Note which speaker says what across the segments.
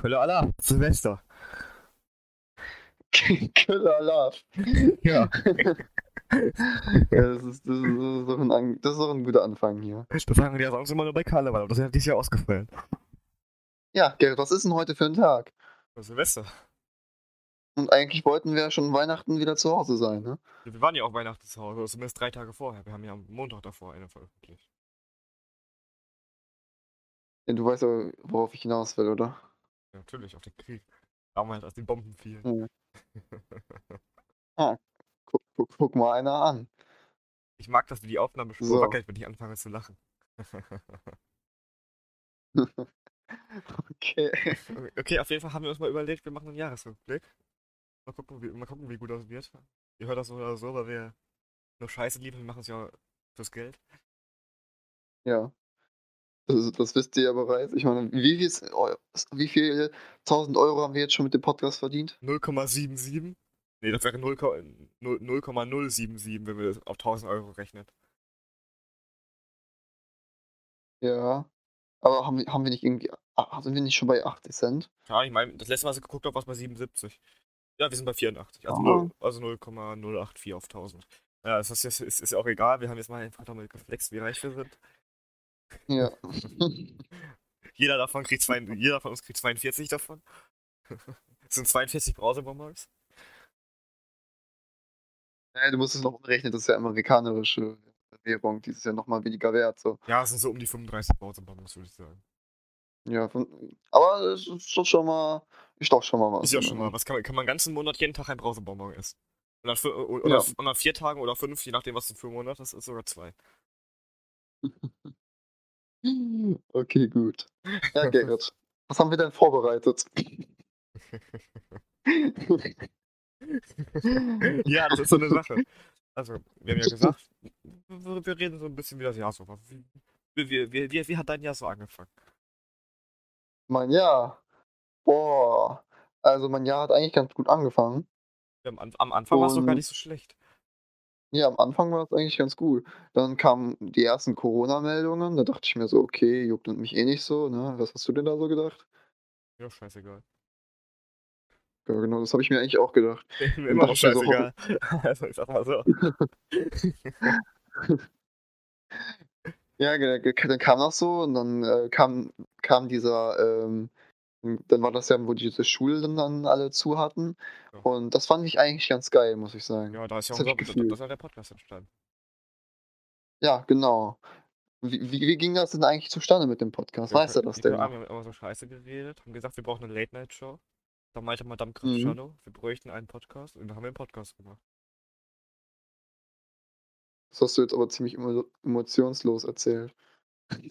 Speaker 1: Kölle Allah, Silvester.
Speaker 2: Killer Love.
Speaker 1: Ja.
Speaker 2: Ja, das, ist, das, ist, das, ist doch ein, An- das ist doch ein guter Anfang hier.
Speaker 1: Das sagen die ja sonst immer nur bei Karneval, aber das ist ja dieses Jahr ausgefallen.
Speaker 2: Ja, Gerrit, was ist denn heute für ein Tag?
Speaker 1: Silvester.
Speaker 2: Und eigentlich wollten wir ja schon Weihnachten wieder zu Hause sein, ne?
Speaker 1: Ja, Wir waren ja auch Weihnachten zu Hause, oder zumindest drei Tage vorher. Wir haben ja am Montag davor eine veröffentlicht.
Speaker 2: Ja, du weißt ja, worauf ich hinaus will, oder?
Speaker 1: Ja, natürlich, auf den Krieg. Damals, als die Bomben fielen.
Speaker 2: Mhm. Guck, guck, guck mal einer an.
Speaker 1: Ich mag, dass du die Aufnahme schon
Speaker 2: So.
Speaker 1: so. wackelt, wenn ich anfange zu lachen.
Speaker 2: Okay.
Speaker 1: okay, auf jeden Fall haben wir uns mal überlegt, wir machen einen Jahresrückblick. Mal gucken, wie, mal gucken, wie gut das wird. Ihr hört das so oder so, weil wir nur Scheiße lieben, wir machen es ja fürs Geld.
Speaker 2: Ja. Das, das wisst ihr ja bereits. Ich meine, wie viel, wie viel 1000 Euro haben wir jetzt schon mit dem Podcast verdient?
Speaker 1: 0,77? Nee, das wäre 0,0- 0,077, wenn wir das auf 1000 Euro rechnen.
Speaker 2: Ja. Aber haben, wir- haben wir nicht irgendwie. ah, Sind wir nicht schon bei 80 Cent?
Speaker 1: Ja, ich meine, das letzte Mal, als ich geguckt habe, war es bei 77. Ja, wir sind bei 84. Also,
Speaker 2: Ah.
Speaker 1: null- also 0,084 auf 1000. Ja, ist das jetzt, ist, ist ja auch egal. Wir haben jetzt mal einfach damit geflext, wie reich wir sind.
Speaker 2: Ja.
Speaker 1: Jeder davon kriegt zwei, jeder von uns kriegt 42 davon. Das sind 42 Browser-Bombers.
Speaker 2: Naja, du musst es noch umrechnen, das ist ja amerikanische Währung, die ist ja nochmal weniger wert. So.
Speaker 1: Ja, es sind so um die 35 Browser-Bombers, würde ich sagen.
Speaker 2: Ja, von, aber es ist doch schon mal, ist doch schon mal was.
Speaker 1: Ist ja schon mal. Was kann man, kann man einen ganzen Monat jeden Tag ein Browser-Bonbon essen? Und nach, oder,
Speaker 2: Ja.
Speaker 1: oder, und nach vier Tagen oder fünf, je nachdem, was du für einen Monat hast, ist sogar zwei.
Speaker 2: Okay, gut. Ja, Gerrit, was haben wir denn vorbereitet?
Speaker 1: ja, das ist so eine Sache. Also, wir haben ja gesagt, wir wir reden so ein bisschen wie das Jahr so war. Wie, wie, wie, wie, wie hat dein Jahr so angefangen?
Speaker 2: mein Jahr. Boah. Also mein Jahr hat eigentlich ganz gut angefangen.
Speaker 1: Ja, Am, An- am Anfang war es doch gar
Speaker 2: Und-
Speaker 1: nicht so schlecht.
Speaker 2: Ja, am Anfang war es eigentlich ganz gut. Dann kamen die ersten Corona-Meldungen. Da dachte ich mir so, okay, juckt und mich eh nicht so. Ne? Was hast du denn da so gedacht?
Speaker 1: Ja, scheißegal.
Speaker 2: Ja, genau, das habe ich mir eigentlich auch gedacht.
Speaker 1: Mir Immer noch
Speaker 2: dachte ich mir so,
Speaker 1: scheißegal. Also, ich sag mal so.
Speaker 2: Ja, ge- ge- dann kam das so und dann äh, kam, kam dieser, ähm, dann war das ja, wo diese Schulen dann alle zu hatten.
Speaker 1: Ja.
Speaker 2: Und das fand ich eigentlich ganz geil, muss ich sagen. Ja,
Speaker 1: Ja, da ist ja
Speaker 2: Das hab
Speaker 1: unser,
Speaker 2: ich gefühlt.
Speaker 1: da ist ja der Podcast entstanden.
Speaker 2: genau. Wie, wie, wie ging das denn eigentlich zustande mit dem Podcast? Weißt du
Speaker 1: Wir-
Speaker 2: das
Speaker 1: Nico
Speaker 2: denn?
Speaker 1: und Armin haben halt immer so scheiße geredet, haben gesagt, wir brauchen eine Late-Night-Show. Da meinte Madame
Speaker 2: Mhm.
Speaker 1: Cristiano, wir bräuchten einen Podcast und dann haben wir einen Podcast gemacht.
Speaker 2: Das hast du jetzt aber ziemlich emo emotionslos erzählt.
Speaker 1: Wie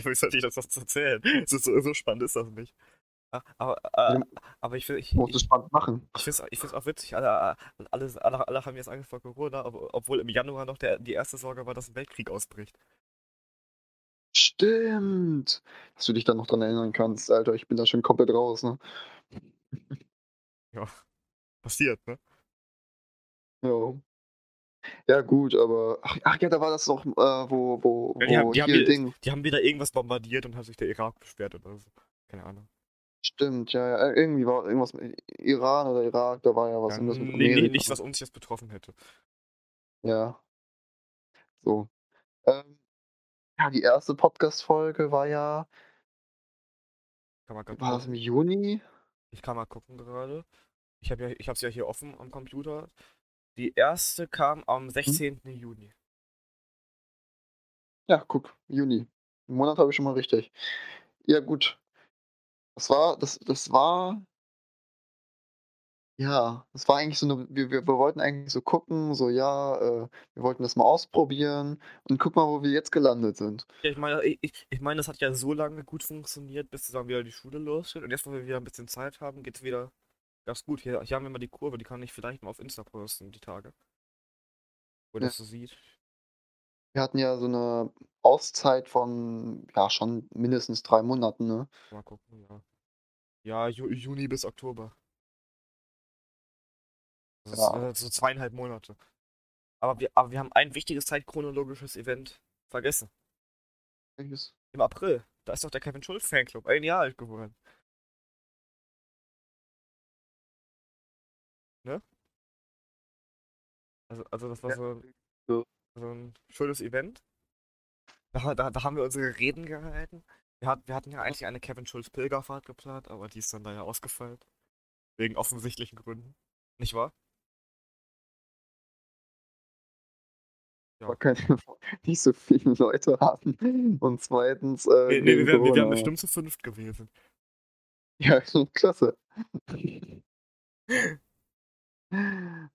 Speaker 1: soll ich halt das was erzählen? So, so, so spannend ist das nicht. Ah, Aber, äh,
Speaker 2: Ja.
Speaker 1: aber ich, ich,
Speaker 2: Musst du
Speaker 1: ich,
Speaker 2: spannend machen.
Speaker 1: ich finde es ich find's auch witzig, alle, äh, alle, alle, alle haben jetzt Angst vor Corona, ob, obwohl im Januar noch der, die erste Sorge war, dass ein Weltkrieg ausbricht.
Speaker 2: Stimmt. Dass du dich dann noch dran erinnern kannst, Alter. Ich bin da schon komplett raus, ne?
Speaker 1: Passiert, ne?
Speaker 2: Ja. Ja, gut, aber. Ach, ach ja, da war das noch, äh, wo, wo,
Speaker 1: Ja, die haben-
Speaker 2: wo
Speaker 1: die haben
Speaker 2: hier
Speaker 1: die-
Speaker 2: Ding.
Speaker 1: Die haben wieder irgendwas bombardiert und hat sich der Irak beschwert oder so. Keine Ahnung.
Speaker 2: Stimmt, ja, ja. Irgendwie war irgendwas mit Iran oder Irak, da war ja was.
Speaker 1: Ja,
Speaker 2: irgendwas mit
Speaker 1: nee, nee,
Speaker 2: Amerika.
Speaker 1: nichts, was uns jetzt betroffen hätte.
Speaker 2: Ja. So. Ähm, ja, die erste Podcast-Folge war ja,
Speaker 1: Kann man grad
Speaker 2: war das
Speaker 1: gucken.
Speaker 2: im Juni?
Speaker 1: Ich kann mal gucken gerade. Ich habe ja, ich hab's ja hier offen am Computer. Die erste kam am 16. Juni.
Speaker 2: Ja, guck, Juni. Einen Monat habe ich schon mal richtig. Ja, gut. Das war, das, das war. Ja, das war eigentlich so eine. Wir, wir, wir wollten eigentlich so gucken, so ja, äh, wir wollten das mal ausprobieren und guck mal, wo wir jetzt gelandet sind.
Speaker 1: Ja, ich meine, ich, ich- ich meine, das hat ja so lange gut funktioniert, bis dann wieder die Schule losgeht. Und jetzt, wo wir wieder ein bisschen Zeit haben, geht's wieder ganz gut. Hier, hier haben wir mal die Kurve, die kann ich vielleicht mal auf Insta posten, die Tage. Wo
Speaker 2: Ja.
Speaker 1: das so sieht.
Speaker 2: Wir hatten ja so eine Auszeit von, ja, schon mindestens drei Monaten, ne?
Speaker 1: Mal gucken, ja. Ja, Ju Juni bis Oktober. Das
Speaker 2: Ja.
Speaker 1: ist, äh, so zweieinhalb Monate. Aber wir, aber wir haben ein wichtiges zeitchronologisches Event vergessen.
Speaker 2: Welches?
Speaker 1: Im April. Da ist doch der Kevin Schulz Fanclub ein Jahr alt geworden. Ne? Also, also das war
Speaker 2: Ja,
Speaker 1: so,
Speaker 2: so.
Speaker 1: so ein schönes Event. Da, da, da haben wir unsere Reden gehalten. Wir, hat, wir hatten ja eigentlich eine Kevin Schulz-Pilgerfahrt geplant, aber die ist dann da ja ausgefallen. Wegen offensichtlichen Gründen. Nicht wahr?
Speaker 2: War keine, nicht so viele Leute hatten. Und zweitens.
Speaker 1: Nee,
Speaker 2: Äh,
Speaker 1: nee, wir, wären- wir
Speaker 2: wegen
Speaker 1: wären
Speaker 2: Corona.
Speaker 1: bestimmt zu fünft gewesen.
Speaker 2: Ja, klasse.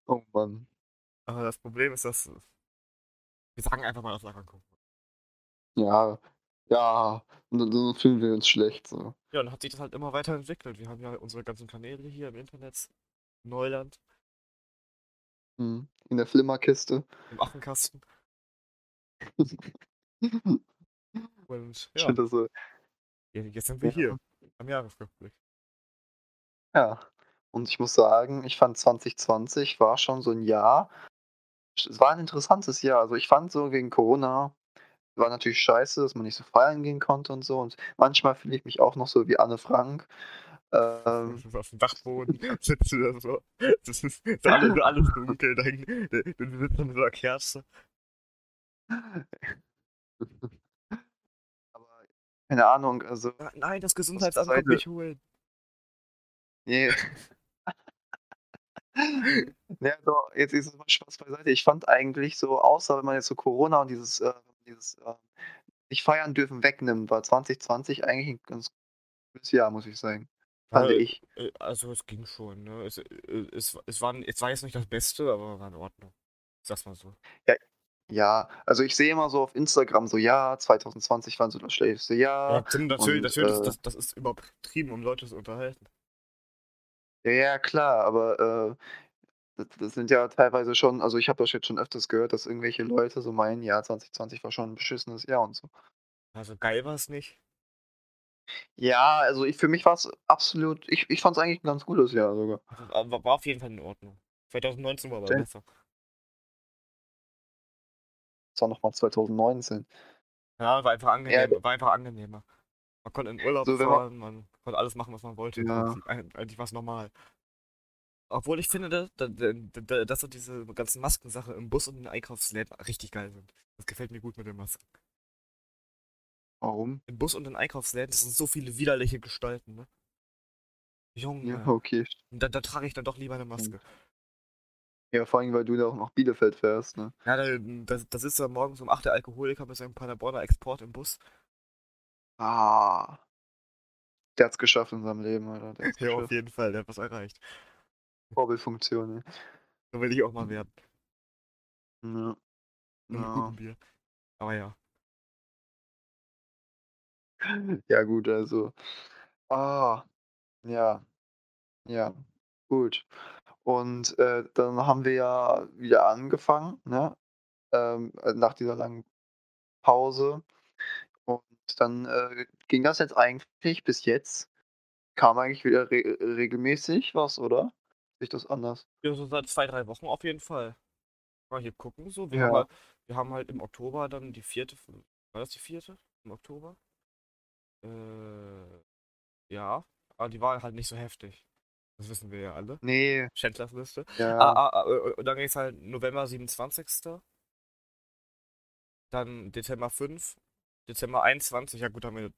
Speaker 2: Oh Mann.
Speaker 1: Aber das Problem ist, dass. Wir sagen einfach mal auf Lager gucken.
Speaker 2: Ja, ja. Und dann, dann fühlen wir uns schlecht. So.
Speaker 1: Ja, und hat sich das halt immer weiterentwickelt. Wir haben ja unsere ganzen Kanäle hier im Internet, Neuland,
Speaker 2: Hm. In der Flimmerkiste.
Speaker 1: im Affenkasten. Und
Speaker 2: Ich
Speaker 1: ja,
Speaker 2: finde das so.
Speaker 1: je- jetzt sind wir
Speaker 2: Ja.
Speaker 1: hier am Jahresrückblick.
Speaker 2: Ja. Und ich muss sagen, ich fand 2020 war schon so ein Jahr. Es war ein interessantes Jahr. Also ich fand so wegen Corona war natürlich scheiße, dass man nicht so feiern gehen konnte und so. Und manchmal fühle ich mich auch noch so wie Anne Frank. Ähm,
Speaker 1: Auf dem Dachboden sitzen wir so. Das ist ist alles, alles dunkel. Da hängt- da- da- wir sitzen mit einer Kerze.
Speaker 2: aber keine Ahnung, also
Speaker 1: Ah, Nein, das Gesundheitsamt kommt
Speaker 2: Seite.
Speaker 1: mich holen.
Speaker 2: Nee. ja, so, jetzt ist es mal Spaß beiseite. Ich fand eigentlich so, außer wenn man jetzt so Corona und dieses, äh, dieses äh, nicht feiern dürfen wegnimmt, war 2020 eigentlich ein ganz gutes Jahr, muss ich sagen. Fand
Speaker 1: Äh,
Speaker 2: ich.
Speaker 1: äh, Also es ging schon, ne? Es, äh, es, es, war, es war jetzt nicht das Beste, aber war in Ordnung. Sag's mal so.
Speaker 2: Ja, also ich sehe immer so auf Instagram so, ja, 2020 war so das schlechteste Jahr.
Speaker 1: Ja, Tim, natürlich,
Speaker 2: Ah, und,
Speaker 1: natürlich
Speaker 2: äh,
Speaker 1: das, das ist übertrieben, um Leute zu unterhalten.
Speaker 2: Ja, ja, klar, aber äh, das, das sind ja teilweise schon, also ich habe das jetzt schon öfters gehört, dass irgendwelche Leute so meinen, ja, 2020 war schon ein beschissenes Jahr und so.
Speaker 1: Also geil war es nicht.
Speaker 2: Ja, also ich, für mich war es absolut, ich, ich fand es eigentlich ein ganz gutes Jahr sogar.
Speaker 1: Aber war- war auf jeden Fall in Ordnung. 2019 war aber
Speaker 2: Stimmt.
Speaker 1: besser.
Speaker 2: Das war nochmal 2019.
Speaker 1: Ja, war einfach angenehm, war einfach angenehmer. Man konnte in Urlaub
Speaker 2: So, wenn man-
Speaker 1: fahren, man konnte alles machen, was man wollte. im
Speaker 2: Ja.
Speaker 1: Prinzip. Eig- Eigentlich war es normal. Obwohl ich finde, da- da- da- da- dass so diese ganzen Maskensache im Bus und in den Einkaufsläden richtig geil sind. Das gefällt mir gut mit den Masken.
Speaker 2: Warum?
Speaker 1: Im Bus und in Einkaufsläden, das sind so viele widerliche Gestalten, ne? Junge,
Speaker 2: Ja, okay.
Speaker 1: da, da trage ich dann doch lieber eine Maske.
Speaker 2: Ja, vor allem, weil du da auch nach Bielefeld fährst, ne?
Speaker 1: Ja, da, da, da sitzt er morgens um 8 der Alkoholiker mit seinem Paderborner Export im Bus.
Speaker 2: Ah. Der hat's geschafft in seinem Leben, Alter. Der hat's
Speaker 1: Ja, auf
Speaker 2: geschafft.
Speaker 1: jeden Fall, der hat was erreicht.
Speaker 2: Vorbildfunktion, ne?
Speaker 1: Da will ich auch mal werden.
Speaker 2: Ja.
Speaker 1: Mit einem
Speaker 2: Ja.
Speaker 1: guten Bier. Aber ja.
Speaker 2: ja, gut, also. Ah. Ja. Ja. Gut. Und äh, dann haben wir ja wieder angefangen, ne? Ähm, äh, nach dieser langen Pause. Und dann äh, ging das jetzt eigentlich bis jetzt. Kam eigentlich wieder re regelmäßig was, oder? Sehe ich das anders?
Speaker 1: Ja, so seit zwei, drei Wochen auf jeden Fall. Mal hier gucken, so. Wir,
Speaker 2: Ja.
Speaker 1: haben, halt, wir haben halt im Oktober dann die vierte. War das die vierte? Im Oktober? Äh, ja. Aber die war halt nicht so heftig. Das wissen wir ja alle.
Speaker 2: Nee,
Speaker 1: Schändlers Liste.
Speaker 2: ja.
Speaker 1: Ah, ah, ah, äh, und dann ging es halt November 27. Dann Dezember 5. Dezember 21. Ja, gut, haben wir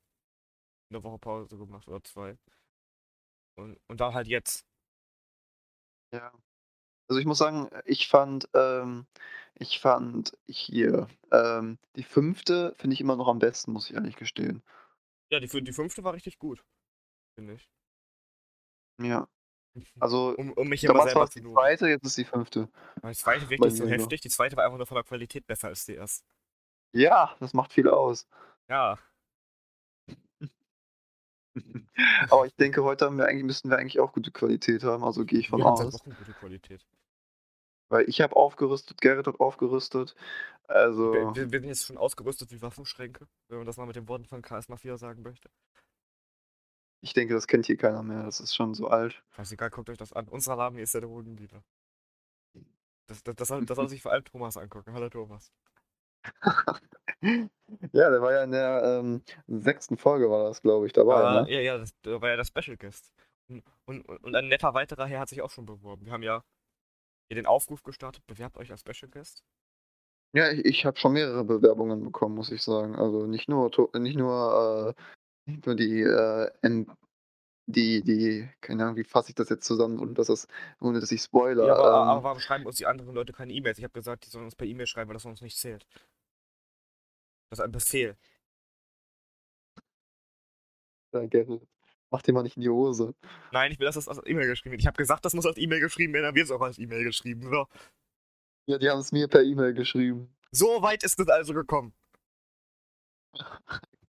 Speaker 1: eine Woche Pause gemacht oder zwei. Und, und dann halt jetzt.
Speaker 2: Ja. Also ich muss sagen, ich fand, ähm, ich fand hier ähm, die fünfte finde ich immer noch am besten, muss ich ehrlich gestehen.
Speaker 1: Ja, die, fün- die fünfte war richtig gut. Finde ich.
Speaker 2: Ja. Also
Speaker 1: Um, um mich immer
Speaker 2: damals
Speaker 1: selber
Speaker 2: war es
Speaker 1: zu
Speaker 2: die
Speaker 1: loben.
Speaker 2: zweite, jetzt ist die fünfte.
Speaker 1: Weil Die zweite
Speaker 2: Bei
Speaker 1: wirklich so
Speaker 2: mir, ne? ja.
Speaker 1: heftig. Die zweite war einfach nur von der Qualität besser als die erste.
Speaker 2: Ja, das macht viel aus.
Speaker 1: Ja,
Speaker 2: Aber ich denke, heute haben wir eigentlich, müssten wir eigentlich auch gute Qualität haben, also gehe ich von
Speaker 1: die hat seit
Speaker 2: aus.
Speaker 1: Wochen halt gute Qualität.
Speaker 2: Weil ich habe aufgerüstet, Gerrit hat aufgerüstet. Also,
Speaker 1: Wir, wir wir sind jetzt schon ausgerüstet wie Waffenschränke, wenn man das mal mit den Worten von KS Mafia sagen möchte.
Speaker 2: ich denke, das kennt hier keiner mehr. Das ist schon so alt.
Speaker 1: Ganz egal, guckt euch das an. Unser Alarm ist der Drogendealer. Das, das, das, soll- das soll sich vor allem Thomas angucken. Hallo Thomas.
Speaker 2: Ja, der war ja in der ähm, sechsten Folge, war das, glaube ich, dabei.
Speaker 1: Ah,
Speaker 2: ne?
Speaker 1: ja, ja, das da war ja der Special Guest. Und, und, und ein netter weiterer Herr hat sich auch schon beworben. Wir haben ja ihr den Aufruf gestartet, bewerbt euch als Special Guest.
Speaker 2: Ja, ich, ich habe schon mehrere Bewerbungen bekommen, muss ich sagen. Also nicht nur To- nicht nur, äh, nicht nur die, äh, N- die, die, keine Ahnung, wie fasse ich das jetzt zusammen, ohne dass das, ohne dass ich spoiler.
Speaker 1: Ja, aber,
Speaker 2: ähm,
Speaker 1: aber warum schreiben uns die anderen Leute keine E-Mails? Ich habe gesagt, die sollen uns per E-Mail schreiben, weil das sonst nicht zählt. Das ist ein Befehl.
Speaker 2: ja, gerne. äh, Mach dir mal nicht in die Hose.
Speaker 1: Nein, ich will, dass das als E-Mail geschrieben wird. Ich habe gesagt, das muss als E-Mail geschrieben werden, dann wird es auch als E-Mail geschrieben. So.
Speaker 2: Ja, die haben es mir per E-Mail geschrieben.
Speaker 1: so weit ist es also gekommen.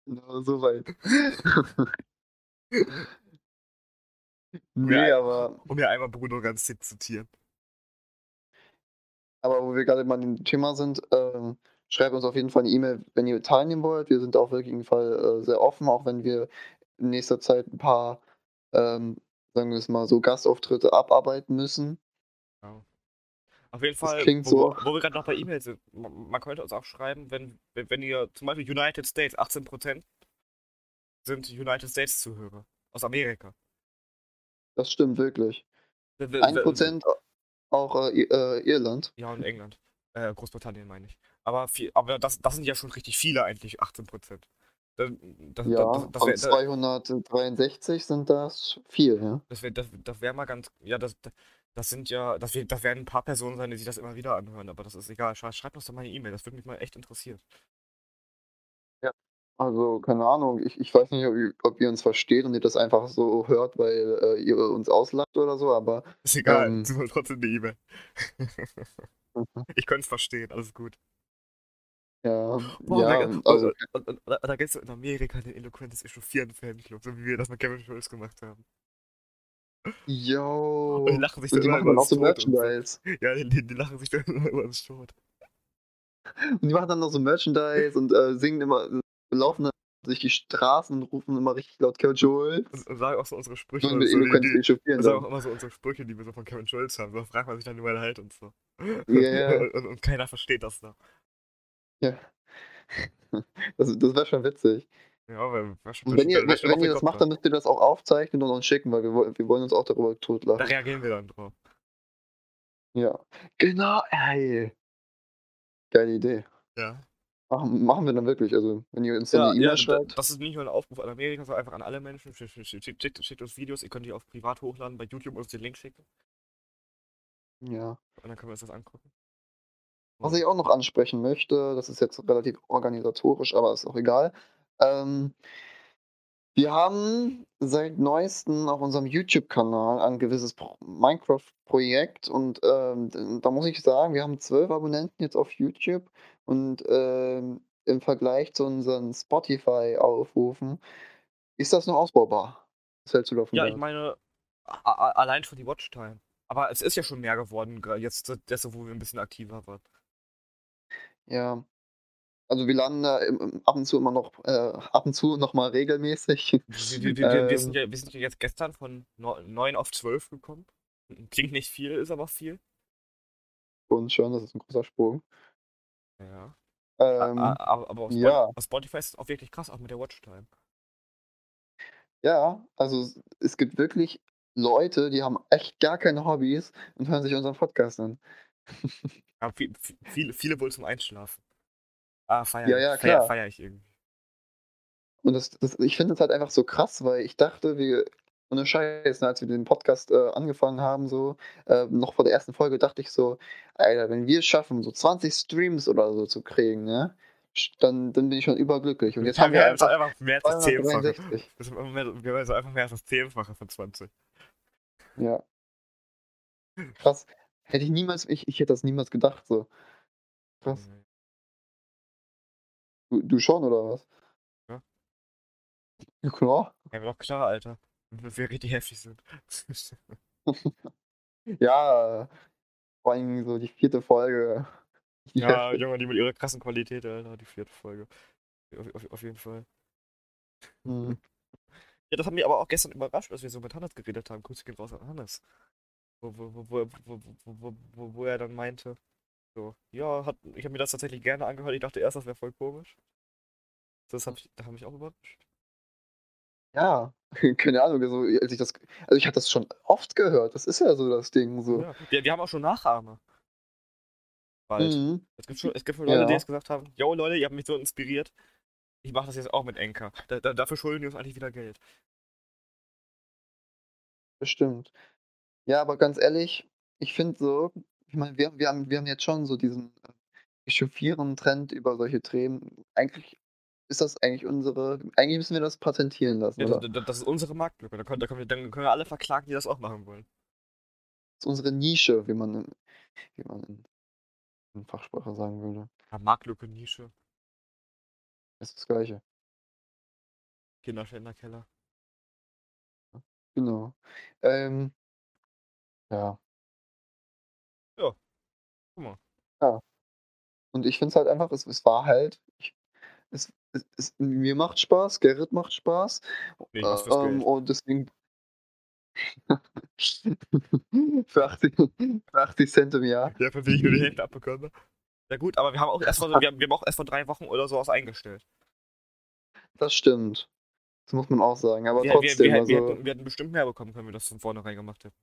Speaker 2: Genau, so weit.
Speaker 1: Ja,
Speaker 2: nee,
Speaker 1: ja.
Speaker 2: aber,
Speaker 1: Um hier einmal Bruno ganz zu zitieren.
Speaker 2: aber wo wir gerade mal im Thema sind, ähm, schreibt uns auf jeden Fall eine E-Mail, wenn ihr teilnehmen wollt. Wir sind auf jeden Fall äh, sehr offen, auch wenn wir in nächster Zeit ein paar, ähm, sagen wir es mal so, Gastauftritte abarbeiten müssen.
Speaker 1: Auf jeden Fall,
Speaker 2: klingt
Speaker 1: wo,
Speaker 2: so.
Speaker 1: wo wir gerade noch bei E-Mails sind, man, man könnte uns auch schreiben, wenn, wenn wenn ihr zum Beispiel United States, 18% sind United States Zuhörer aus Amerika.
Speaker 2: Das stimmt wirklich.
Speaker 1: Wir- wir- wir-
Speaker 2: 1% auch äh, I- äh, Irland.
Speaker 1: Ja, und England. Äh, Großbritannien meine ich. Aber, viel, aber das, das sind ja schon richtig viele eigentlich, 18%. Das, das,
Speaker 2: Ja,
Speaker 1: das, das,
Speaker 2: von
Speaker 1: wär-
Speaker 2: 263 sind das viel, ja.
Speaker 1: Das wäre das, das wär mal ganz. Ja, das, das sind ja. Das, wär, das werden ein paar Personen sein, die sich das immer wieder anhören, aber das ist egal. Schrei- Schreibt uns doch mal eine E-Mail, das würde mich mal echt interessieren.
Speaker 2: Also, keine Ahnung, ich, ich weiß nicht, ob ihr, ob ihr uns versteht und ihr das einfach so hört, weil äh, ihr uns auslacht oder so, aber
Speaker 1: Ist egal,
Speaker 2: Ähm.
Speaker 1: sie wollen trotzdem eine E-Mail. ich könnte es verstehen, alles gut.
Speaker 2: ja,
Speaker 1: Boah,
Speaker 2: ja
Speaker 1: mein Gott.
Speaker 2: also,
Speaker 1: Und, und, und da gibt es in Amerika den Eloquentes Echauffieren-Fanclub, so wie wir das mit Kevin Schulz gemacht haben.
Speaker 2: yo,
Speaker 1: Und die lachen sich
Speaker 2: und
Speaker 1: dann
Speaker 2: Oh. die
Speaker 1: immer
Speaker 2: machen
Speaker 1: über
Speaker 2: dann auch
Speaker 1: uns tot. Und
Speaker 2: so
Speaker 1: so.
Speaker 2: Merchandise.
Speaker 1: Ja, die, die, die lachen sich dann immer über uns tot.
Speaker 2: Und die machen dann noch so Merchandise und äh, singen immer, laufen dann durch die Straßen und rufen immer richtig laut Kevin Joel.
Speaker 1: Und, und sagen auch so unsere Sprüche.
Speaker 2: Sollen
Speaker 1: Und
Speaker 2: wir
Speaker 1: so, die,
Speaker 2: eloquent
Speaker 1: die,
Speaker 2: echauffieren?
Speaker 1: und sagen auch
Speaker 2: dann?
Speaker 1: immer so unsere Sprüche, die wir so von Kevin Schulz haben. Da fragt man sich dann über den Halt und so.
Speaker 2: Ja, ja,
Speaker 1: und, und, und keiner versteht das da.
Speaker 2: das, das wäre schon witzig.
Speaker 1: Ja, aber war schon-
Speaker 2: Und wenn
Speaker 1: war
Speaker 2: ihr,
Speaker 1: schon-
Speaker 2: wenn,
Speaker 1: war schon auf
Speaker 2: wenn ihr
Speaker 1: den
Speaker 2: das
Speaker 1: Kopf
Speaker 2: macht, dann müsst ihr das auch aufzeichnen und uns schicken, weil wir, wollen- wir wollen uns auch darüber
Speaker 1: Da
Speaker 2: totlachen.
Speaker 1: reagieren wir dann drauf.
Speaker 2: Ja. Genau, ey. Geile Idee.
Speaker 1: Ja.
Speaker 2: Machen, machen wir dann wirklich. Also, wenn ihr uns dann eine E-Mail
Speaker 1: d-
Speaker 2: schreibt.
Speaker 1: das ist nicht nur ein Aufruf an Amerika, sondern einfach an alle Menschen. Schickt, schickt, schickt, schickt, schickt uns Videos, ihr könnt die auf privat hochladen, bei YouTube uns den Link schicken
Speaker 2: Ja.
Speaker 1: und dann können wir uns das angucken.
Speaker 2: Was ich auch noch ansprechen möchte, das ist jetzt relativ organisatorisch, aber ist auch egal. Ähm, wir haben seit neuestem auf unserem YouTube-Kanal ein gewisses Pro- Minecraft-Projekt und ähm, d- da muss ich sagen, wir haben zwölf Abonnenten jetzt auf YouTube und ähm, im Vergleich zu unseren Spotify-Aufrufen ist das noch ausbaubar. Was hältst du davon?
Speaker 1: Ja, ich
Speaker 2: Bernd?
Speaker 1: meine, a- a- allein schon die Watchtime. Aber es ist ja schon mehr geworden, gra- jetzt, desto, wo wir ein bisschen aktiver waren.
Speaker 2: Ja. Also wir landen da im- im- ab und zu immer noch, äh, ab und zu noch mal regelmäßig.
Speaker 1: Wir, wir, wir, wir,
Speaker 2: Ähm.
Speaker 1: sind ja, wir sind ja jetzt gestern von 9 auf 12 gekommen. Klingt nicht viel, ist aber viel.
Speaker 2: Und schon, das ist ein großer Sprung.
Speaker 1: Ja. A-
Speaker 2: Ähm,
Speaker 1: a- aber aber auf, Spot
Speaker 2: ja.
Speaker 1: auf Spotify ist es auch wirklich krass, auch mit der Watchtime.
Speaker 2: ja, also es- es gibt wirklich Leute, die haben echt gar keine Hobbys und hören sich unseren Podcast an.
Speaker 1: Ja, viel, viel- viele, viele wohl zum Einschlafen. Ah, feier,
Speaker 2: Ja, ja,
Speaker 1: feier,
Speaker 2: klar.
Speaker 1: feier ich irgendwie.
Speaker 2: Und das, das, ich finde es halt einfach so krass, weil ich dachte, wir, ohne Scheiß, ne, als wir den Podcast äh, angefangen haben, so, äh, noch vor der ersten Folge, dachte ich so, Alter, wenn wir es schaffen, so 20 Streams oder so zu kriegen, ne, sch- dann, dann bin ich schon überglücklich. Und jetzt haben wir
Speaker 1: jetzt
Speaker 2: einfach
Speaker 1: einfach mehr als das Zehnfache.
Speaker 2: 263.
Speaker 1: Das sind immer mehr, wir haben jetzt einfach mehr als das Zehnfache von 20.
Speaker 2: Ja. Krass. Hätte ich niemals, ich, ich hätte das niemals gedacht, so. Krass.
Speaker 1: Mhm.
Speaker 2: Du, du schon, oder was?
Speaker 1: Ja.
Speaker 2: Genau. Ja, klar.
Speaker 1: Ja, war doch klar, Alter. Wenn wir richtig heftig sind.
Speaker 2: Ja, vor allem so die vierte Folge.
Speaker 1: ja, Junge, die mit ihrer krassen Qualität, Alter, die vierte Folge. Auf, auf, auf jeden Fall.
Speaker 2: Hm.
Speaker 1: Ja, das hat mich aber auch gestern überrascht, als wir so mit Hannes geredet haben. Grüße gehen raus an Hannes. Wo, wo, wo, wo, wo, wo, wo, wo, wo er dann meinte, so, ja, hat, ich habe mir das tatsächlich gerne angehört. Ich dachte erst, das wäre voll komisch. Das hab ich, da habe ich auch überrascht.
Speaker 2: Ja, Keine Ahnung, so, als ich das, also ich hatte das schon oft gehört. Das ist ja so das Ding. So.
Speaker 1: Ja. Die, die haben auch schon Nachahmer. Bald.
Speaker 2: Mhm.
Speaker 1: Es gibt schon, es gibt schon Leute, die
Speaker 2: Ja.
Speaker 1: jetzt gesagt haben, yo Leute, ihr habt mich so inspiriert. Ich mache das jetzt auch mit Enker. Da, da, dafür schulden die uns eigentlich wieder Geld.
Speaker 2: Bestimmt. Ja, aber ganz ehrlich, ich finde so, ich meine, wir, wir, haben, wir haben jetzt schon so diesen äh, echauffierenden Trend über solche Themen. Eigentlich ist das eigentlich unsere, eigentlich müssen wir das patentieren lassen.
Speaker 1: Ja,
Speaker 2: oder?
Speaker 1: das, das- das ist unsere Marktlücke. Da können, da können wir, dann können wir alle verklagen, die das auch machen wollen.
Speaker 2: Das ist unsere Nische, wie man, in- wie man in, in Fachsprache sagen würde.
Speaker 1: Ja, Marktlücke, Nische,
Speaker 2: Das ist das Gleiche.
Speaker 1: Kinderschänderkeller.
Speaker 2: Genau. Ähm, ja.
Speaker 1: Ja. Guck mal.
Speaker 2: Ja. Und ich finde es halt einfach, es, es war halt, ich, es, es, es, mir macht Spaß, Gerrit macht Spaß.
Speaker 1: Nee, was
Speaker 2: Äh,
Speaker 1: fürs
Speaker 2: ähm,
Speaker 1: Geld.
Speaker 2: und deswegen. für, 80, für 80 Cent im Jahr.
Speaker 1: Ja, für wen ich nur die Hälfte abbekomme. Ja gut, aber wir haben auch erst vor, so- wir haben, wir haben auch erst vor drei Wochen oder sowas eingestellt.
Speaker 2: Das stimmt. Das muss man auch sagen. Aber
Speaker 1: wir,
Speaker 2: trotzdem,
Speaker 1: wir, wir,
Speaker 2: also.
Speaker 1: wir, hätten, wir hätten bestimmt mehr bekommen können, wenn wir das von vornherein gemacht hätten.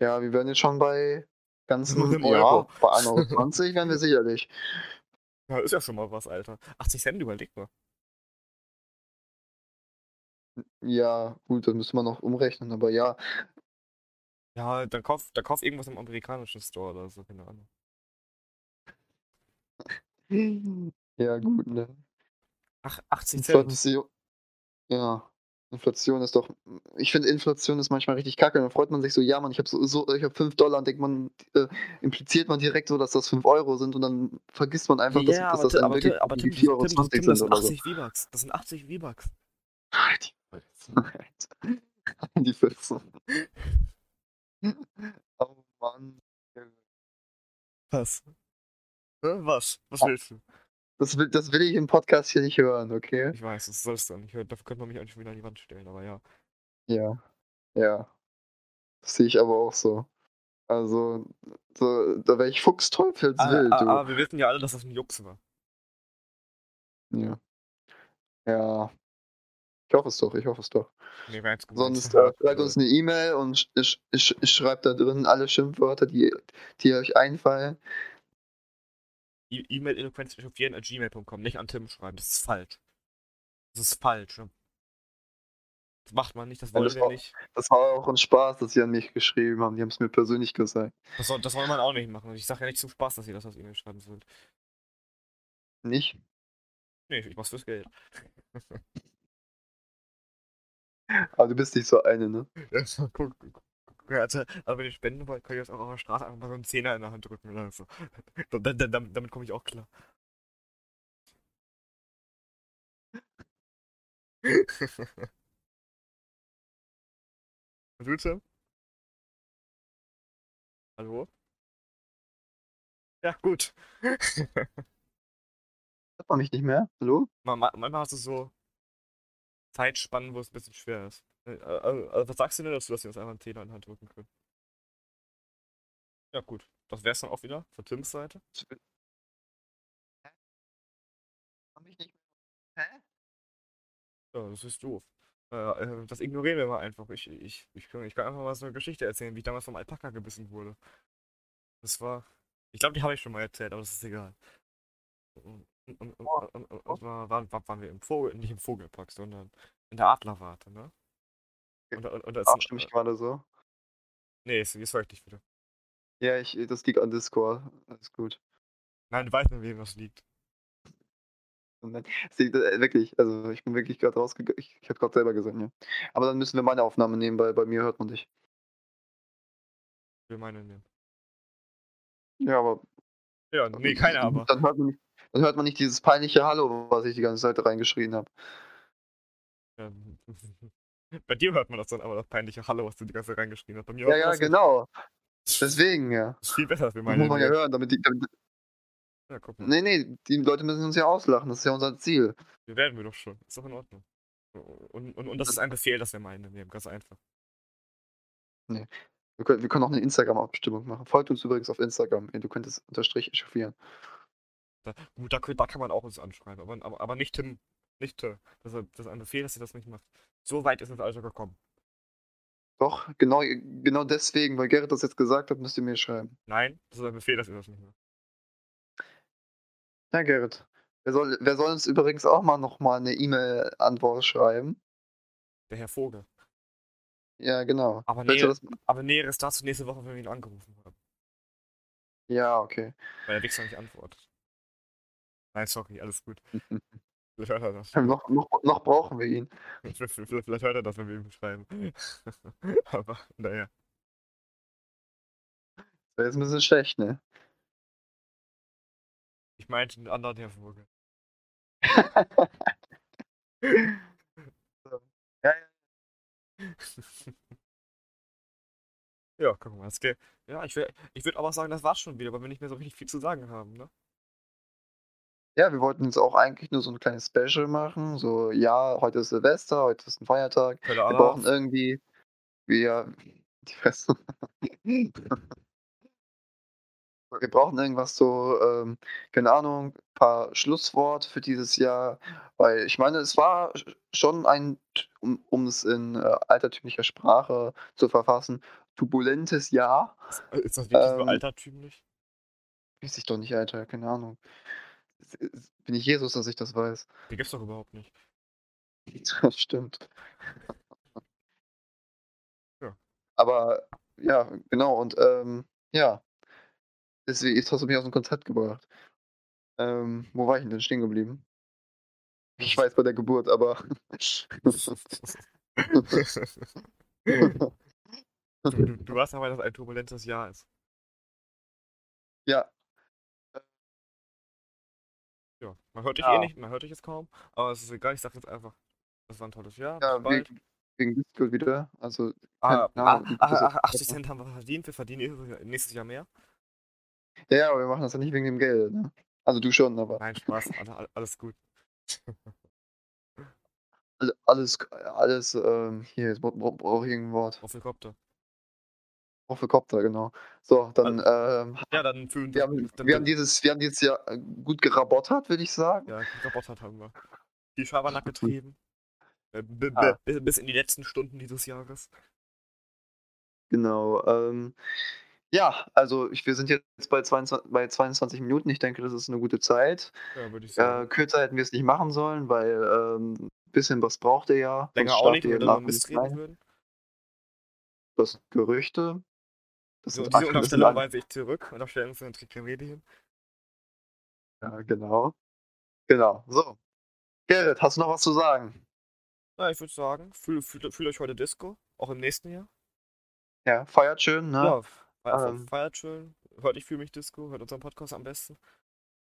Speaker 2: Ja, wir wären jetzt schon bei ganzen
Speaker 1: Einem
Speaker 2: ja,
Speaker 1: Euro.
Speaker 2: bei 1,20 Euro wären wir sicherlich.
Speaker 1: Ja, ist ja schon mal was, Alter. 80 Cent, überleg mal.
Speaker 2: Ja, gut, das müsste man noch umrechnen, aber ja,
Speaker 1: Ja, dann kauf, dann kauf irgendwas im amerikanischen Store oder so, keine Ahnung.
Speaker 2: ja, gut, ne?
Speaker 1: Ach, 80 Cent.
Speaker 2: Inflation. Ja, Inflation ist doch. Ich finde, Inflation ist manchmal richtig kacke. Dann freut man sich so, ja, Mann, ich habe so, so, ich hab 5 Dollar und denkt man, äh, impliziert man direkt so, dass das 5 Euro sind und dann vergisst man einfach, dass, dass das dann
Speaker 1: aber, Tim-
Speaker 2: wirklich
Speaker 1: aber Tim,
Speaker 2: die 4,20 Euro
Speaker 1: Tim, das- Tim, das sind
Speaker 2: sind oder so.
Speaker 1: 80 V-Bucks. Das sind 80 V-Bucks.
Speaker 2: In die Füße. Oh Mann.
Speaker 1: Was? Hä, Was? Was
Speaker 2: Ah.
Speaker 1: willst du?
Speaker 2: Das will, das will ich im Podcast hier nicht hören, okay?
Speaker 1: Ich weiß, das sollst du nicht hören. Dafür könnte man mich auch nicht wieder an die Wand stellen, aber ja.
Speaker 2: Ja. Ja. Das sehe ich aber auch so. Also, so, da wäre ich fuchsteufelswild,
Speaker 1: Aber,
Speaker 2: du.
Speaker 1: aber Ah, wir wissen ja alle, dass das ein Jux war.
Speaker 2: Ja. ja. Ich hoffe es doch, ich hoffe es doch.
Speaker 1: Nee, wer hat's gemeint?
Speaker 2: Sonst äh, schreibt uns eine E-Mail und sch sch sch schreibt da drin alle Schimpfwörter, die, die euch einfallen.
Speaker 1: E- E-Mail eloquenzrechauffieren at gmail.com, nicht an Tim schreiben. Das ist falsch. Das ist falsch. ne? Das macht man nicht, das
Speaker 2: Ja,
Speaker 1: wollen
Speaker 2: das
Speaker 1: wir
Speaker 2: war-
Speaker 1: nicht.
Speaker 2: Das war auch ein Spaß, dass sie an mich geschrieben haben. Die haben es mir persönlich gesagt.
Speaker 1: Das soll, das soll man auch nicht machen. Und ich sage ja nicht zum Spaß, dass ihr das aus E-Mail schreiben sollt.
Speaker 2: Nicht?
Speaker 1: Nee, ich mach's fürs Geld.
Speaker 2: Aber du bist nicht so eine, ne?
Speaker 1: Ja, so, guck, guck, guck, Alter, aber wenn ihr spenden wollt, könnt ihr das auch auf der Straße einfach mal so einen Zehner in der Hand drücken oder so. Da- da- da- Damit, damit komme ich auch klar. Und du, Tim? Hallo? Ja, gut.
Speaker 2: Hört man mich nicht mehr? Hallo?
Speaker 1: Man- man- Manchmal hast du so Zeitspannen, wo es ein bisschen schwer ist. Äh, äh, Also, was sagst du denn dazu, dass wir uns einfach einen Zehner in die Hand drücken können? Ja, gut. Das wär's dann auch wieder von Tims Seite.
Speaker 2: Hört man mich nicht mehr? Hä?
Speaker 1: Ja, das ist doof. Äh, äh, das ignorieren wir mal einfach. Ich, ich, ich, kann, ich kann einfach mal so eine Geschichte erzählen, wie ich damals vom Alpaka gebissen wurde. Das war. Ich glaube, die habe ich schon mal erzählt, aber das ist egal. Und, und, und,
Speaker 2: Oh.
Speaker 1: und, und, und war, waren, war- waren wir im Vogel, nicht im Vogelpark, sondern in der Adlerwarte, ne? Und, da- und, und da ist äh
Speaker 2: Ach,
Speaker 1: ein-
Speaker 2: stimme ich gerade so.
Speaker 1: Nee, jetzt, jetzt höre ich dich wieder.
Speaker 2: Ja, ich, das liegt an Discord. Alles gut.
Speaker 1: Nein, du weißt nicht, wem das liegt.
Speaker 2: Und dann, das liegt, äh, wirklich, also ich bin wirklich gerade rausgegangen. Ich, ich habe gerade selber gesagt, ja. Aber dann müssen wir meine Aufnahme nehmen, weil bei mir hört man dich.
Speaker 1: Ich will meine nehmen.
Speaker 2: Ja, aber.
Speaker 1: Ja, nee, keine aber.
Speaker 2: Dann hört man nicht, dann hört man nicht dieses peinliche Hallo, was ich die ganze Zeit reingeschrien habe.
Speaker 1: Ähm, Bei dir hört man das dann aber das peinliche Hallo, was du die ganze Zeit reingeschrien hast. Bei mir
Speaker 2: Ja,
Speaker 1: hört man
Speaker 2: ja,
Speaker 1: das nicht.
Speaker 2: genau. Deswegen, ja.
Speaker 1: Das ist viel besser, als wir
Speaker 2: Das
Speaker 1: meine
Speaker 2: muss man ja
Speaker 1: nehmen.
Speaker 2: hören, damit die. Damit,
Speaker 1: Ja, guck mal.
Speaker 2: nee, nee, die Leute müssen uns ja auslachen. Das ist ja unser Ziel.
Speaker 1: Wir werden wir doch schon. Ist doch in Ordnung. Und, und, und das ist ein Befehl, dass wir meine nehmen. Ganz einfach.
Speaker 2: Wir können, wir können auch eine Instagram-Abstimmung machen. Folgt uns übrigens auf Instagram. Du könntest unterstrich echauffieren.
Speaker 1: Da, äh, gut, da, kö- da kann man auch uns anschreiben. Aber, aber, aber nicht Tim. Nicht Tim. Das ist, das ist ein Befehl, dass ihr das nicht macht. So weit ist das also gekommen.
Speaker 2: Doch, genau, genau deswegen, weil Gerrit das jetzt gesagt hat, müsst ihr mir schreiben.
Speaker 1: Nein, das ist ein Befehl, das ist das nicht mehr.
Speaker 2: Ja, Gerrit. Wer soll, wer soll uns übrigens auch mal nochmal eine E-Mail-Antwort schreiben?
Speaker 1: Der Herr Vogel.
Speaker 2: Ja, genau.
Speaker 1: Aber
Speaker 2: Willst du
Speaker 1: nee.
Speaker 2: das-
Speaker 1: Aber Näheres dazu nächste Woche, wenn wir ihn angerufen haben.
Speaker 2: Ja, okay.
Speaker 1: Weil der Wichser nicht antwortet. Nein, sorry, alles gut. Vielleicht hört er das.
Speaker 2: Noch, noch, noch brauchen wir ihn.
Speaker 1: Vielleicht vielleicht hört er das, wenn wir ihm schreiben. Aber naja.
Speaker 2: Das ist ein bisschen schlecht, ne?
Speaker 1: Ich meinte einen anderen Herr Vogel. ja, guck mal. Das geht. Ja, ich, wär- ich würde aber sagen, das war's schon wieder, weil wir nicht mehr so richtig viel zu sagen haben, ne?
Speaker 2: Ja, wir wollten jetzt auch eigentlich nur so ein kleines Special machen. So, ja, heute ist Silvester, heute ist ein Feiertag.
Speaker 1: Kölle
Speaker 2: Wir
Speaker 1: Allah.
Speaker 2: brauchen irgendwie. Wir. Die Fresse. wir brauchen irgendwas so, ähm, keine Ahnung, paar Schlusswort für dieses Jahr. Weil ich meine, es war sch- schon ein, um, um es in äh, altertümlicher Sprache zu verfassen, turbulentes Jahr.
Speaker 1: Ist das wirklich so
Speaker 2: Ähm,
Speaker 1: altertümlich?
Speaker 2: Weiß ich doch nicht, Alter, keine Ahnung. Es- es- Bin ich Jesus, dass ich das weiß?
Speaker 1: Die gibt's doch überhaupt nicht.
Speaker 2: Das stimmt.
Speaker 1: Ja.
Speaker 2: Aber ja, genau, und ähm, ja. Deswegen jetzt hast du mich aus dem Konzept gebracht. Ähm, wo war ich denn stehen geblieben? Ich weiß bei der Geburt, aber.
Speaker 1: du, du, du weißt aber, dass ein turbulentes Jahr ist.
Speaker 2: ja,
Speaker 1: Ja, man hört dich eh
Speaker 2: Ja.
Speaker 1: nicht, man hört dich jetzt kaum, aber es ist egal, ich sag jetzt einfach, das war ein tolles Jahr. bis
Speaker 2: ja
Speaker 1: bald.
Speaker 2: wegen, wegen Discord wieder. Also,
Speaker 1: Ah,
Speaker 2: keine
Speaker 1: ah,
Speaker 2: Ahnung, wie
Speaker 1: ah,
Speaker 2: das jetzt
Speaker 1: ah, 80
Speaker 2: wird.
Speaker 1: Cent haben wir verdient, wir verdienen eh nächstes Jahr mehr.
Speaker 2: ja, ja, aber wir machen das ja nicht wegen dem Geld, ne? Also du schon, aber.
Speaker 1: Nein, Spaß, alle- alle- alles gut.
Speaker 2: Also Alles, alles, ähm, hier, jetzt brauche brauch brauch ich irgendein Wort.
Speaker 1: Auf den Kopter.
Speaker 2: Hoffekopter, genau. So, dann, ähm,
Speaker 1: Ja, dann fühlen
Speaker 2: wir haben,
Speaker 1: dann,
Speaker 2: wir haben dieses, wir haben dieses Jahr äh, gut gerabottert, würde ich sagen.
Speaker 1: Ja, Roboter haben wir. Die Schabernack getrieben. Äh, b- b-
Speaker 2: Ah.
Speaker 1: bis, bis in die letzten Stunden dieses Jahres.
Speaker 2: Genau. Ähm, ja, also ich, wir sind jetzt bei 22, bei 22 Minuten. Ich denke, das ist eine gute Zeit.
Speaker 1: Ja, würde ich
Speaker 2: Äh,
Speaker 1: sagen.
Speaker 2: kürzer hätten wir es nicht machen sollen, weil ähm, ein bisschen was braucht ihr ja.
Speaker 1: Länger
Speaker 2: sonst
Speaker 1: auch
Speaker 2: schlaft
Speaker 1: nicht,
Speaker 2: ihr
Speaker 1: wenn wir
Speaker 2: nach
Speaker 1: darüber
Speaker 2: dem
Speaker 1: mistreten
Speaker 2: Kleinen.
Speaker 1: würden.
Speaker 2: Das sind Gerüchte. Das
Speaker 1: So,
Speaker 2: sind
Speaker 1: diese
Speaker 2: Ak- das sind
Speaker 1: Unterstellung
Speaker 2: Ak-
Speaker 1: weise ich zurück. Unterstellung sind Medien.
Speaker 2: Ja, genau. Genau. So. Gerrit, hast du noch was zu sagen?
Speaker 1: Na, ich würde sagen, fühlt fühl, fühl euch heute Disco, auch im nächsten Jahr.
Speaker 2: Ja, feiert schön, ne?
Speaker 1: Ja, fe- fe-
Speaker 2: ähm.
Speaker 1: feiert schön. Hört ich fühle mich Disco, hört unseren Podcast am besten.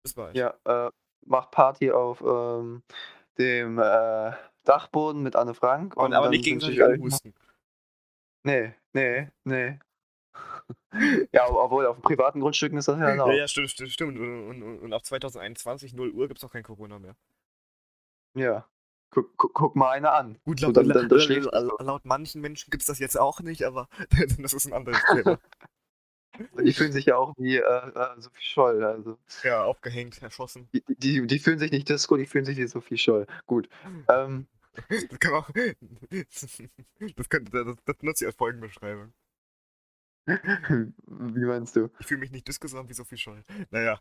Speaker 1: Bis bald.
Speaker 2: Ja, äh, macht Party auf ähm, dem äh, Dachboden mit Anne Frank.
Speaker 1: Und, aber nicht
Speaker 2: dann wünsche
Speaker 1: gegenseitig
Speaker 2: ich euch-
Speaker 1: husten.
Speaker 2: Nee, nee, nee. ja, obwohl auf privaten Grundstücken ist das ja
Speaker 1: Ja,
Speaker 2: erlaubt.
Speaker 1: ja, stimmt, stimmt, stimmt. Und, und, und, und ab 2021, 0 Uhr, gibt's auch kein Corona mehr.
Speaker 2: Ja. Guck, guck, guck mal eine an.
Speaker 1: Gut,
Speaker 2: So,
Speaker 1: laut,
Speaker 2: dann-
Speaker 1: la-
Speaker 2: dann- dann
Speaker 1: la-
Speaker 2: schläft also.
Speaker 1: la-
Speaker 2: es so.
Speaker 1: laut manchen Menschen gibt's das jetzt auch nicht, aber das ist ein anderes Thema.
Speaker 2: Die fühlen sich ja auch wie äh, äh, Sophie Scholl. Also,
Speaker 1: ja, aufgehängt, erschossen.
Speaker 2: die, die, die fühlen sich nicht Disco, die fühlen sich wie Sophie Scholl. Gut. Ähm,
Speaker 1: Das kann auch. Das, könnte, das, das nutze ich als Folgenbeschreibung.
Speaker 2: wie meinst du?
Speaker 1: Ich fühle mich nicht Disco, sondern wie Sophie Scholl. Naja,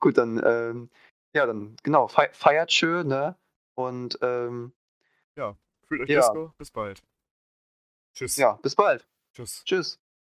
Speaker 2: Gut, dann, ähm, ja, dann, genau, fei- feiert schön, ne? Und ähm,
Speaker 1: fühlt euch
Speaker 2: Ja.
Speaker 1: Disco. Bis bald. Tschüss.
Speaker 2: ja, bis bald.
Speaker 1: Tschüss.
Speaker 2: Tschüss.